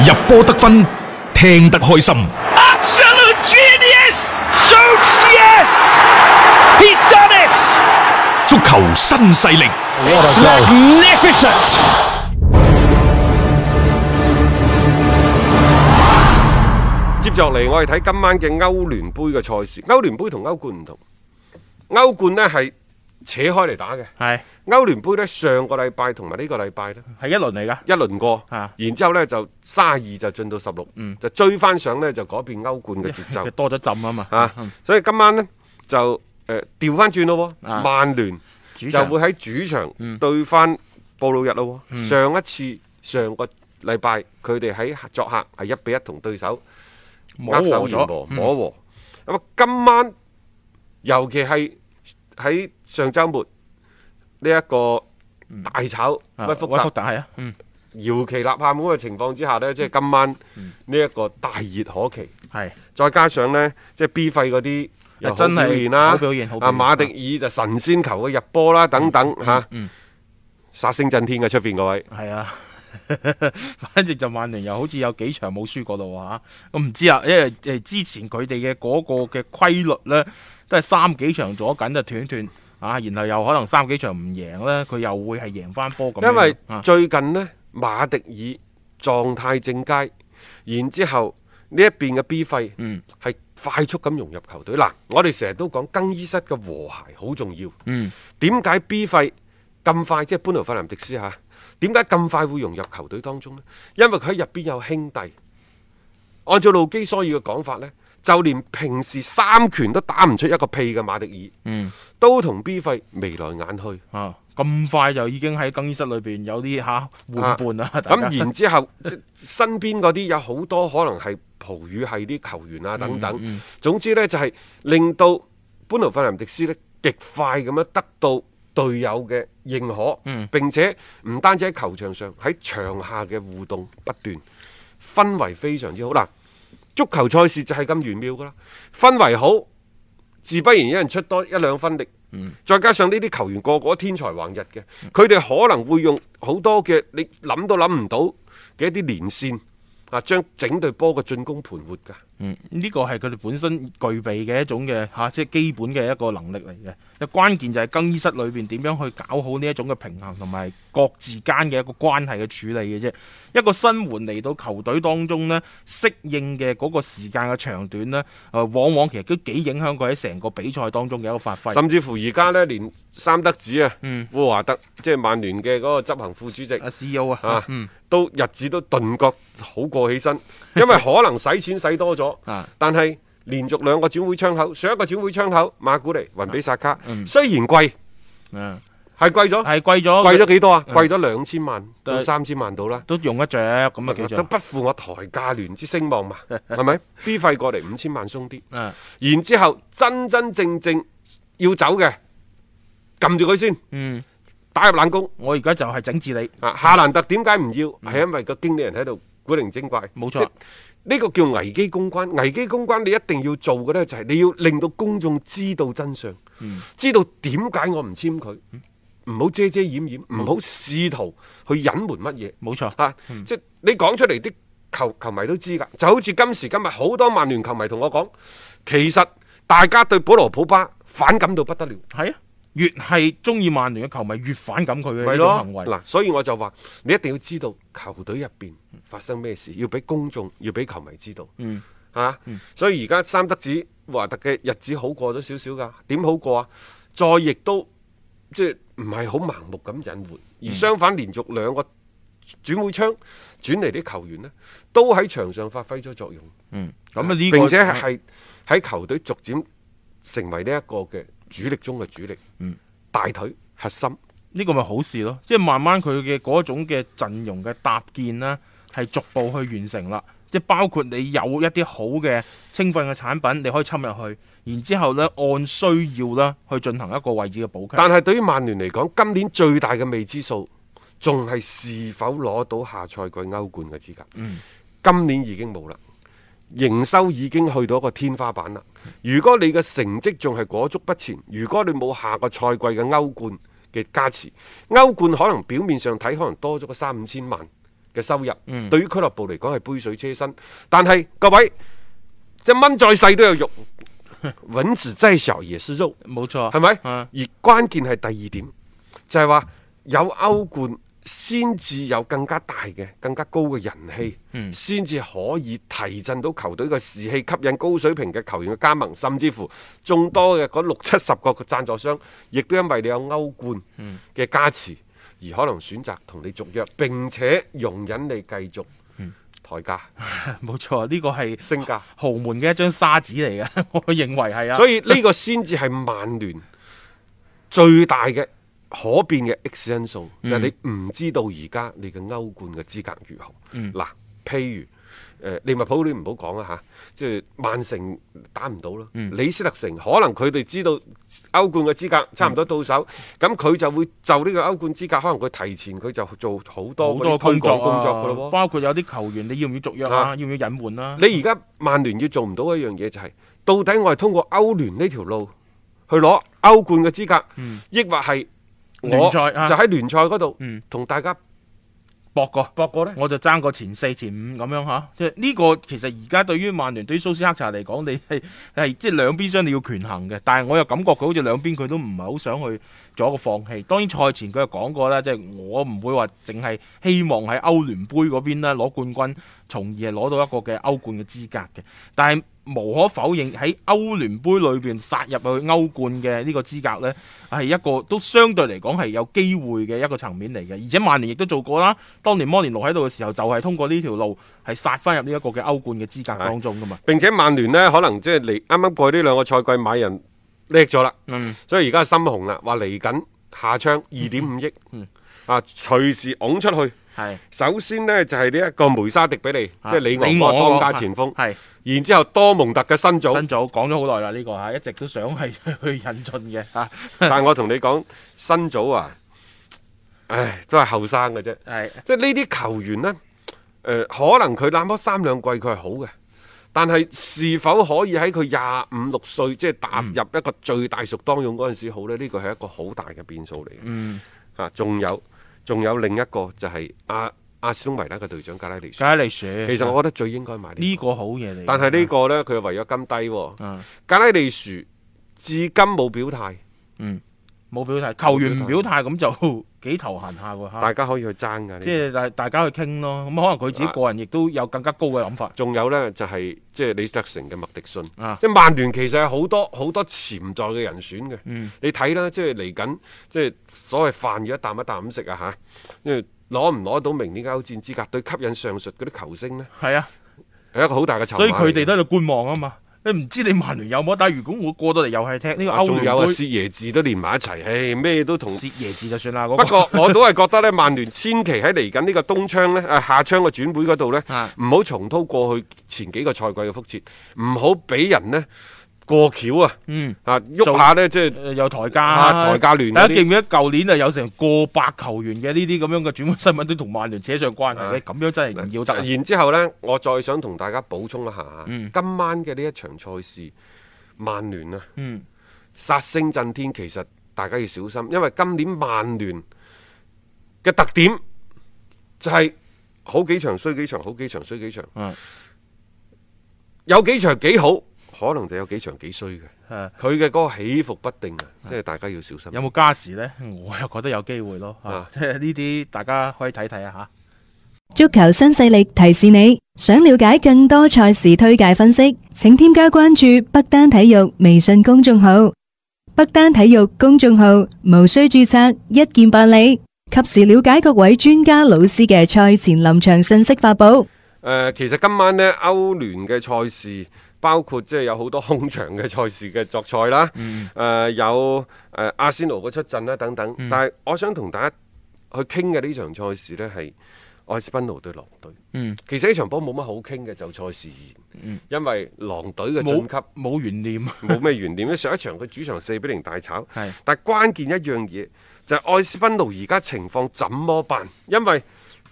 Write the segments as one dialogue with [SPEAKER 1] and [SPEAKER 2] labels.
[SPEAKER 1] 入波得分，聽得開心。
[SPEAKER 2] Absolute genius! Schultz, yes! He's done it!
[SPEAKER 1] 足球新勢力，
[SPEAKER 2] It's magnificent!
[SPEAKER 3] 接落嚟，我哋睇今晚嘅歐聯杯嘅賽事。歐聯杯同歐冠唔同，歐冠呢係扯開嚟打嘅，
[SPEAKER 4] 係
[SPEAKER 3] 歐聯杯呢，上個禮拜同埋呢個禮拜呢，
[SPEAKER 4] 係一輪嚟㗎。
[SPEAKER 3] 一輪過，
[SPEAKER 4] 啊嗯
[SPEAKER 3] 然之後呢就三二就進到十六、就追翻上呢，就改變歐冠嘅節 奏
[SPEAKER 4] 就多咗浸啊嘛。
[SPEAKER 3] 啊！所以今晚呢，就誒調翻轉咯喎，
[SPEAKER 4] 啊
[SPEAKER 3] 曼聯
[SPEAKER 4] 主
[SPEAKER 3] 就
[SPEAKER 4] 場嗯
[SPEAKER 3] 會喺主場對翻布魯日咯喎。上一次上個禮拜佢哋喺作客係一比一同對手。
[SPEAKER 4] 摸
[SPEAKER 3] 握手
[SPEAKER 4] 和
[SPEAKER 3] 言和
[SPEAKER 4] 咗，嗯
[SPEAKER 3] 摸和。咁啊，今晚尤其係喺上週末呢一個大炒
[SPEAKER 4] 啊
[SPEAKER 3] 威福
[SPEAKER 4] 威福
[SPEAKER 3] 特
[SPEAKER 4] 特係啊，嗯，
[SPEAKER 3] 搖旗吶喊咁嘅情況之下呢，即係今晚
[SPEAKER 4] 嗯
[SPEAKER 3] 呢一個大熱可期。
[SPEAKER 4] 係
[SPEAKER 3] 再加上呢，即係 B 費嗰啲又好
[SPEAKER 4] 真係
[SPEAKER 3] 表現啦，
[SPEAKER 4] 好表現好表
[SPEAKER 3] 啊
[SPEAKER 4] 現嗯
[SPEAKER 3] 馬迪爾就神仙球嘅入波啦，等等嚇，殺聲震天嘅出邊嗰位。
[SPEAKER 4] 係啊。 反正就曼聯又好似有幾場冇輸過咯喎嚇，我唔知啊，因為誒之前佢哋嘅嗰個嘅規律呢，都係三幾場咗緊就斷斷啊，然後又可能三幾場唔贏呢，佢又會係贏翻波咁樣。
[SPEAKER 3] 因為
[SPEAKER 4] 啊
[SPEAKER 3] 最近呢，馬迪爾狀態正佳，然之後呢一邊嘅 B 費
[SPEAKER 4] 嗯
[SPEAKER 3] 係快速咁融入球隊。嗱，我哋成日都講更衣室嘅和諧好重要。
[SPEAKER 4] 嗯，
[SPEAKER 3] 點解 B 費咁快即係班奴費南迪斯嚇？點解咁快會融入球隊當中呢？因為佢喺入邊有兄弟。按照路基所爾嘅講法呢，就連平時三拳都打唔出一個屁嘅馬迪爾，
[SPEAKER 4] 嗯
[SPEAKER 3] 都同 B 費眉來眼去。
[SPEAKER 4] 啊咁快就已經喺更衣室裏邊有啲嚇
[SPEAKER 3] 啊
[SPEAKER 4] 換伴啦，大家
[SPEAKER 3] 咁然之後，即身邊嗰啲有好多可能係葡語系啲球員
[SPEAKER 4] 嗯
[SPEAKER 3] 啊等等。總之呢，就係、令到班奴費南迪斯呢極快咁樣得到隊友嘅認可，
[SPEAKER 4] 嗯
[SPEAKER 3] 並且唔單止喺球場上，喺場下嘅互動不斷，氛圍非常之好。嗱，足球賽事就係咁玄妙噶啦，氛圍好，自不然有人出多一兩分力。再加上呢啲球員個個都天才橫溢嘅，佢哋可能會用好多嘅你諗都諗唔到嘅一啲連線啊，將整隊波嘅進攻盤活㗎。
[SPEAKER 4] 嗯，呢個係佢哋本身具備嘅一種嘅嚇、即係基本嘅一個能力嚟嘅。就關鍵就係更衣室裏邊點樣去搞好呢一種嘅平衡，同埋各自間嘅一個關係嘅處理嘅啫。一個新援嚟到球隊當中呢，適應嘅嗰個時間嘅長短呢，誒、啊往往其實都幾影響佢喺成個比賽當中嘅一個發 揮。
[SPEAKER 3] 甚至乎而家呢，連三德子啊，沃華德即係曼聯嘅嗰個執行副主席
[SPEAKER 4] 啊 C.O. 啊，
[SPEAKER 3] 啊，都日子都頓覺好過起身， 因為可能使錢使多咗
[SPEAKER 4] 啊，
[SPEAKER 3] 但係連續兩個轉會窗口，上一個轉會窗口馬古尼、雲比薩卡，雖然貴
[SPEAKER 4] 嗯，
[SPEAKER 3] 係貴咗，
[SPEAKER 4] 係貴咗，
[SPEAKER 3] 啊貴咗幾多啊？貴咗兩千萬到
[SPEAKER 4] 但係
[SPEAKER 3] 三千萬到啦。
[SPEAKER 4] 都用得着，咁啊叫
[SPEAKER 3] 都
[SPEAKER 4] 做
[SPEAKER 3] 不負我抬價聯之聲望嘛，係咪？B 費過嚟五千萬鬆啲，
[SPEAKER 4] 嗯
[SPEAKER 3] 然之後真真正正要走嘅，撳住佢先，
[SPEAKER 4] 嗯，
[SPEAKER 3] 打入冷宮。
[SPEAKER 4] 我而家就係整治你，
[SPEAKER 3] 啊，夏蘭特點解唔要？係因為個經理人喺度古靈精怪。
[SPEAKER 4] 冇錯
[SPEAKER 3] 即呢個叫危機公關。危機公關你一定要做嘅呢，就係你要令到公眾知道真相，知道點解我唔簽佢，唔好遮遮掩掩，唔好試圖去隱瞞乜嘢。
[SPEAKER 4] 冇錯，
[SPEAKER 3] 啊，即係你講出嚟啲球球迷都知㗎，就好似今時今日好多曼聯球迷同我講，其實大家對保羅普巴反感到不得了，
[SPEAKER 4] 係啊。越係中意曼聯嘅球迷，越反感佢嘅呢
[SPEAKER 3] 係
[SPEAKER 4] 種
[SPEAKER 3] 咯
[SPEAKER 4] 行為。
[SPEAKER 3] 嗱，所以我就話你一定要知道球隊入邊
[SPEAKER 4] 嗯
[SPEAKER 3] 發生咩事，要俾公眾，要俾球迷知道。嗯，啊，所以而家三德子華特嘅日子好過咗少少㗎，點好過啊？再亦都即係唔係好盲目咁隱瞞，
[SPEAKER 4] 嗯
[SPEAKER 3] 而相反連續兩個轉會窗轉嚟啲球員呢，都喺場上發揮咗作用。
[SPEAKER 4] 咁啊呢個
[SPEAKER 3] 並且係喺球隊逐漸成為呢一個嘅主力中嘅主力，
[SPEAKER 4] 嗯
[SPEAKER 3] 大腿核心。
[SPEAKER 4] 呢個咪好事咯，即係慢慢佢嘅嗰種嘅陣容嘅搭建啦，係逐步去完成啦。即係包括你有一啲好嘅青訓嘅產品，你可以侵入去，然之後呢，按需要啦去進行一個位置嘅補強。
[SPEAKER 3] 但係對於曼聯嚟講，今年最大嘅未知數，仲係是否攞到下賽季歐冠嘅資格。今年已經冇啦，營收已經去到一個天花板啦。如果你嘅成績仲係裹足不前，如果你冇下個賽季嘅歐冠嘅加持，歐冠可能表面上睇可能多咗個三五千萬嘅收入，對於俱樂部嚟講係杯水車薪。但係各位，隻蚊再細都有肉， 蚊子再小也是肉。
[SPEAKER 4] 冇錯，
[SPEAKER 3] 係咪？
[SPEAKER 4] 啊
[SPEAKER 3] 而關鍵係第二點，就係、話有歐冠先至有更加大嘅、更加高嘅人氣，先至、可以提振到球隊嘅士氣，吸引高水平嘅球員嘅加盟，甚至乎眾多嘅嗰六七十個嘅贊助商，亦都因為你有歐冠嘅加持，而可能選擇同你續約，並且容忍你繼續抬價
[SPEAKER 4] 冇錯，呢個係
[SPEAKER 3] 升價。
[SPEAKER 4] 豪門嘅一張沙紙嚟嘅， 我認為係啊。
[SPEAKER 3] 所以呢個先至係曼聯 最大嘅可變嘅 X 因素，
[SPEAKER 4] 嗯
[SPEAKER 3] 就係、你唔知道而家你嘅歐冠嘅資格如何。
[SPEAKER 4] 嗯
[SPEAKER 3] 嗱、譬如。誒、利物浦你唔好講啦嚇，即係曼城打唔到啦，
[SPEAKER 4] 嗯
[SPEAKER 3] 李斯特城可能佢哋知道歐冠嘅資格差唔多到手，
[SPEAKER 4] 嗯
[SPEAKER 3] 咁佢、就會就呢個歐冠資格，可能佢提前佢就做好多
[SPEAKER 4] 好
[SPEAKER 3] 嗰啲
[SPEAKER 4] 多
[SPEAKER 3] 推
[SPEAKER 4] 工
[SPEAKER 3] 廣
[SPEAKER 4] 作
[SPEAKER 3] 工作
[SPEAKER 4] 啊
[SPEAKER 3] 㗎咯喎。
[SPEAKER 4] 包括有啲球員，你要唔要續約
[SPEAKER 3] 啊
[SPEAKER 4] 啊？要唔要隱瞞啦？
[SPEAKER 3] 你而家曼聯要做唔到一樣嘢就係、到底我係通過歐聯呢條路去攞歐冠嘅資格，抑或係我
[SPEAKER 4] 嗯聯
[SPEAKER 3] 就
[SPEAKER 4] 賽啊
[SPEAKER 3] 喺聯賽嗰度
[SPEAKER 4] 嗯
[SPEAKER 3] 同大家
[SPEAKER 4] 搏過，
[SPEAKER 3] 搏過呢？
[SPEAKER 4] 我就爭個前四、前五咁樣吓，即係呢個其實而家對於曼聯對於蘇斯克查嚟講，你係係即係兩邊相你要權衡嘅。但係我又感覺佢好似兩邊佢都唔係好想去做一個放棄。當然賽前佢又講過啦，即係我唔會話淨係希望喺歐聯杯嗰邊啦攞冠軍，從而係攞到一個嘅歐冠嘅資格嘅。但係無可否認喺歐聯杯裏邊殺入去歐冠嘅呢個資格呢，係一個都相對嚟講係有機會嘅一個層面嚟嘅。而且曼聯亦都做過啦，當年摩連奴喺度嘅時候，就係通過呢條路係殺翻入呢一個嘅歐冠嘅資格當中噶嘛。
[SPEAKER 3] 並且曼聯呢，可能即係嚟啱啱過去呢兩個賽季買人叻咗啦，
[SPEAKER 4] 嗯
[SPEAKER 3] 所以而家心紅啦，話嚟緊下窗二點五億
[SPEAKER 4] 嗯
[SPEAKER 3] 啊，隨時拱出去。
[SPEAKER 4] 係
[SPEAKER 3] 首先呢，就係呢一個梅沙迪比利，
[SPEAKER 4] 啊
[SPEAKER 3] 即係李昂
[SPEAKER 4] 我
[SPEAKER 3] 嗰個當家前鋒，
[SPEAKER 4] 係
[SPEAKER 3] 然之後多蒙特嘅新組。
[SPEAKER 4] 新組講咗好耐啦，呢個嚇一直都想係去引進嘅 嚇，
[SPEAKER 3] 但我同你講，新組啊，唉，都係後生嘅啫。
[SPEAKER 4] 係
[SPEAKER 3] 即係呢啲球員呢，誒、可能佢那麼三兩季佢係好嘅，但係是否可以喺佢廿五六歲，即係踏入一個最大熟當用嗰陣時好呢？呢個係一個好大嘅變數嚟嘅。嗯，啊，仲有仲有另一個就係阿阿斯通維拉嘅隊長格拉利舒
[SPEAKER 4] 梗，係嚟選。
[SPEAKER 3] 其實我覺得最應該啊買呢個、
[SPEAKER 4] 呢個好嘢嚟，
[SPEAKER 3] 但係呢個呢，佢違約金低喎、
[SPEAKER 4] 嗯
[SPEAKER 3] 格拉利殊至今冇表態，
[SPEAKER 4] 冇表態，球員唔表態咁就幾頭痕下喎嚇。
[SPEAKER 3] 大家可以去爭㗎。呢個
[SPEAKER 4] 即係大大家去傾咯，咁可能佢自己個人亦都有更加高嘅諗法。
[SPEAKER 3] 仲有呢，就係即係李斯特城嘅麥迪遜，
[SPEAKER 4] 啊
[SPEAKER 3] 即係曼聯其實有好多好多潛在嘅人選嘅。
[SPEAKER 4] 嗯
[SPEAKER 3] 你睇啦，即係嚟緊，即係所謂飯要一啖一啖咁食啊嚇，因為攞唔攞到明年嘅歐戰資格，對吸引上述嗰啲球星呢，
[SPEAKER 4] 係啊，
[SPEAKER 3] 係一個好大嘅籌碼嚟嘅。
[SPEAKER 4] 所以佢哋都喺度觀望啊嘛。你唔知你曼聯有冇？但係如果我過到嚟又係踢呢個
[SPEAKER 3] 啊
[SPEAKER 4] 歐
[SPEAKER 3] 仲
[SPEAKER 4] 聯
[SPEAKER 3] 有啊，
[SPEAKER 4] 杯，
[SPEAKER 3] 薛耶治都連埋一齊，唉，咩都同。
[SPEAKER 4] 薛耶治就算啦。嗰個
[SPEAKER 3] 不過我都係覺得呢，曼聯千祈喺嚟緊呢個冬窗呢，啊夏窗嘅轉會嗰度呢
[SPEAKER 4] 啊，
[SPEAKER 3] 唔好重蹈過去前幾個賽季嘅覆轍，唔好俾人呢過橋啊！
[SPEAKER 4] 嗯，
[SPEAKER 3] 啊，喐
[SPEAKER 4] 做
[SPEAKER 3] 下呢，即係。
[SPEAKER 4] 誒呃有抬
[SPEAKER 3] 啊
[SPEAKER 4] 價，
[SPEAKER 3] 抬價亂嗰啲
[SPEAKER 4] 大家記唔記得舊年啊有成過百球員嘅呢啲咁樣嘅轉會新聞都同曼聯扯上關
[SPEAKER 3] 啊
[SPEAKER 4] 係嘅，咁樣真係唔要得啊。
[SPEAKER 3] 然之後呢，我再想同大家補充一下，
[SPEAKER 4] 嗯
[SPEAKER 3] 今晚嘅呢一場賽事，曼聯啊，
[SPEAKER 4] 嗯，
[SPEAKER 3] 殺聲震天，其實大家要小心，因為今年曼聯嘅特點就係好幾場衰幾場，好幾場衰幾場，
[SPEAKER 4] 嗯
[SPEAKER 3] 有幾場幾好，可能就有幾場幾衰嘅，
[SPEAKER 4] 誒
[SPEAKER 3] 佢嘅嗰個起伏不定啊，
[SPEAKER 4] 嗯
[SPEAKER 3] 即係大家要小心。
[SPEAKER 4] 啊有冇加時呢？嗯我又覺得有機會咯，
[SPEAKER 3] 啊
[SPEAKER 4] 啊即係呢啲大家可以睇睇啊嚇。
[SPEAKER 5] 足球新勢力提示你，想了解更多賽事推介分析，請添加關注北單體育微信公眾號。北單體育公眾號無需注冊，一鍵辦理，及時了解各位專家老師嘅賽前臨場信息發布。
[SPEAKER 3] 誒、呃其實今晚呢，歐聯嘅賽事包括即係有好多空場嘅賽事嘅作賽啦，誒、
[SPEAKER 4] 嗯
[SPEAKER 3] 呃有誒、阿仙奴嘅出陣啦等等。但係我想同大家去傾嘅呢場賽事呢，係愛斯賓奴對狼隊。
[SPEAKER 4] 嗯
[SPEAKER 3] 其實呢場波冇乜好傾嘅，就賽事而言，因為狼隊嘅
[SPEAKER 4] 冇
[SPEAKER 3] 晉級
[SPEAKER 4] 冇懸念，啊
[SPEAKER 3] 冇咩懸念。因為上一場佢主場四比零大炒
[SPEAKER 4] 係，
[SPEAKER 3] 但係關鍵一樣嘢就係、愛斯賓奴而家情況怎麼辦？因為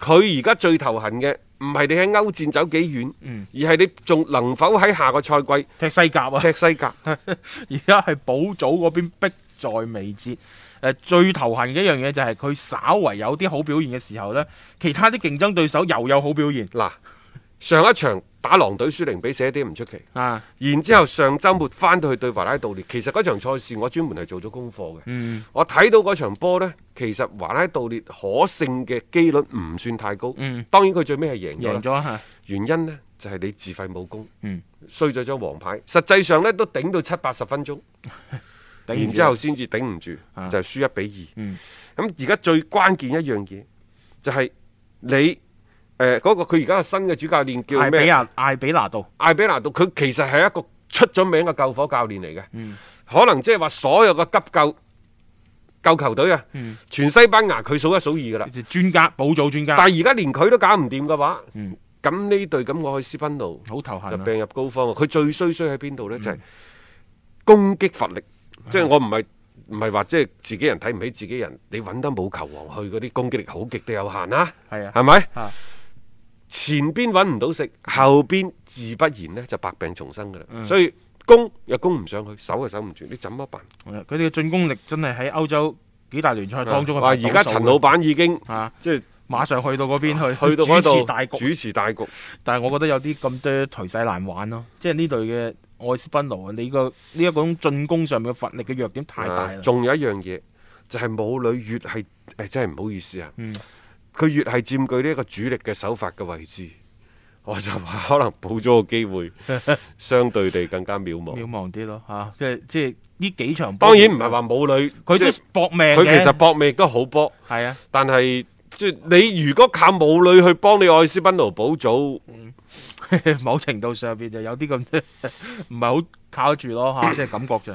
[SPEAKER 3] 佢而家最頭痕嘅唔係你喺歐戰走幾遠，
[SPEAKER 4] 嗯
[SPEAKER 3] 而係你仲能否喺下個賽季
[SPEAKER 4] 踢西甲啊。
[SPEAKER 3] 踢西甲？
[SPEAKER 4] 而家係保組嗰邊迫在眉睫。誒、誒最頭痕嘅一樣嘢就係佢稍為有啲好表現嘅時候呢，其他啲競爭對手又有好表現
[SPEAKER 3] 嗱，上一場打狼隊輸零比四一啲唔出奇。
[SPEAKER 4] 啊。
[SPEAKER 3] 然之後上週末翻到去對華拉道列，其實嗰場賽事我專門係做咗功課嘅。
[SPEAKER 4] 嗯
[SPEAKER 3] 我睇到嗰場波呢，其實華拉道列可勝嘅機率唔算太高。
[SPEAKER 4] 嗯
[SPEAKER 3] 當然佢最尾係贏咗啦。
[SPEAKER 4] 贏咗啊嚇，
[SPEAKER 3] 原因呢，就係、你自廢武功，
[SPEAKER 4] 嗯
[SPEAKER 3] 衰咗張黃牌。實際上呢，都頂到七八十分鐘，
[SPEAKER 4] 頂唔
[SPEAKER 3] 然
[SPEAKER 4] 住
[SPEAKER 3] 之後先至頂唔住，
[SPEAKER 4] 啊
[SPEAKER 3] 就輸一比二、
[SPEAKER 4] 嗯
[SPEAKER 3] 咁而家最關鍵一樣嘢就係、你誒嗰、個佢而家嘅新嘅主教練叫
[SPEAKER 4] 艾比
[SPEAKER 3] 咩？啊
[SPEAKER 4] 亞艾比拿度
[SPEAKER 3] 艾比拿度佢其實係一個出咗名嘅救火教練嚟嘅，
[SPEAKER 4] 嗯
[SPEAKER 3] 可能即係話所有嘅急救救球隊啊，
[SPEAKER 4] 嗯
[SPEAKER 3] 全西班牙佢數一數二噶啦。
[SPEAKER 4] 專家補組專家，
[SPEAKER 3] 但係而家連佢都搞唔掂嘅話，
[SPEAKER 4] 嗯
[SPEAKER 3] 咁呢隊咁愛斯賓奴
[SPEAKER 4] 好頭
[SPEAKER 3] 就
[SPEAKER 4] 痕啊！嗯
[SPEAKER 3] 病入膏肓啊！佢最衰衰喺邊度呢？就係攻擊乏力，即係我唔係。唔係話即係自己人睇唔起自己人，你揾得冇球王去嗰啲攻擊力好極都有限啦、
[SPEAKER 4] 係啊
[SPEAKER 3] 係咪？
[SPEAKER 4] 啊
[SPEAKER 3] 前邊揾唔到食，後邊自不然呢就百病重生噶啦。
[SPEAKER 4] 嗯
[SPEAKER 3] 所以攻又攻唔上去，守又守唔住，你怎麼辦？
[SPEAKER 4] 啊佢哋嘅進攻力真係喺歐洲幾大聯賽當中嘅
[SPEAKER 3] 話啊而家
[SPEAKER 4] 倒數
[SPEAKER 3] 陳老闆已經
[SPEAKER 4] 啊，
[SPEAKER 3] 即係啊
[SPEAKER 4] 馬上去到嗰邊去
[SPEAKER 3] 去到
[SPEAKER 4] 主
[SPEAKER 3] 嗰
[SPEAKER 4] 持
[SPEAKER 3] 度
[SPEAKER 4] 大局，
[SPEAKER 3] 主持大局。
[SPEAKER 4] 但係我覺得有啲咁多頹勢難玩咯，即係呢隊嘅愛斯賓奴啊，你個呢一種進攻上面嘅乏力嘅弱點太大
[SPEAKER 3] 啊
[SPEAKER 4] 啦。
[SPEAKER 3] 仲有一樣嘢就係、母女越係誒，真係唔好意思啊，
[SPEAKER 4] 嗯
[SPEAKER 3] 佢、越係佔據呢一個主力嘅手法嘅位置， 我就話可能冇咗個機 會，相對地更加渺
[SPEAKER 4] 渺
[SPEAKER 3] 茫。
[SPEAKER 4] 茫啲咯，吓、啊即係即係呢幾場波，
[SPEAKER 3] 當然唔係話母女，
[SPEAKER 4] 佢
[SPEAKER 3] 即係
[SPEAKER 4] 都搏命嘅
[SPEAKER 3] 佢其實搏命亦都好搏，
[SPEAKER 4] 係啊，
[SPEAKER 3] 但係即係你如果靠母女去幫你愛斯賓奴補組，
[SPEAKER 4] 某程度上邊就有啲咁 唔係好靠得住咯吓，即係感覺咋，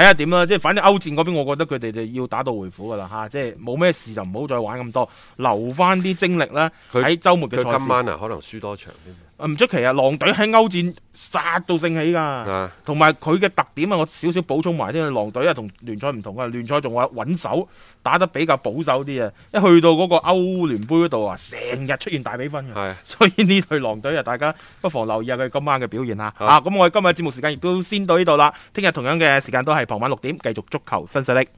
[SPEAKER 4] 睇下點啦，即係反正歐戰嗰邊，我覺得佢哋就要打道回府噶啦吓，即係冇咩事就唔好再玩咁多，留翻啲精力啦
[SPEAKER 3] 佢
[SPEAKER 4] 喺週末嘅賽
[SPEAKER 3] 佢
[SPEAKER 4] 事。
[SPEAKER 3] 今晚啊可能輸多場添。
[SPEAKER 4] 唔出奇啊！狼隊喺歐戰殺到盛起㗎
[SPEAKER 3] 啊，
[SPEAKER 4] 同埋佢嘅特點啊，我少少補充埋先。狼隊啊，同聯賽唔同啊，聯賽仲話穩手，打得比較保守啲啊。一去到嗰個歐聯杯嗰度啊，成日出現大比分嘅，
[SPEAKER 3] 係啊
[SPEAKER 4] 所以呢隊狼隊啊，大家不妨留意下佢今晚嘅表現啊嚇。
[SPEAKER 3] 好
[SPEAKER 4] 啊，咁我哋今日節目時間亦都先到呢度啦。聽日同樣嘅時間都係傍晚六點，繼續足球新勢力。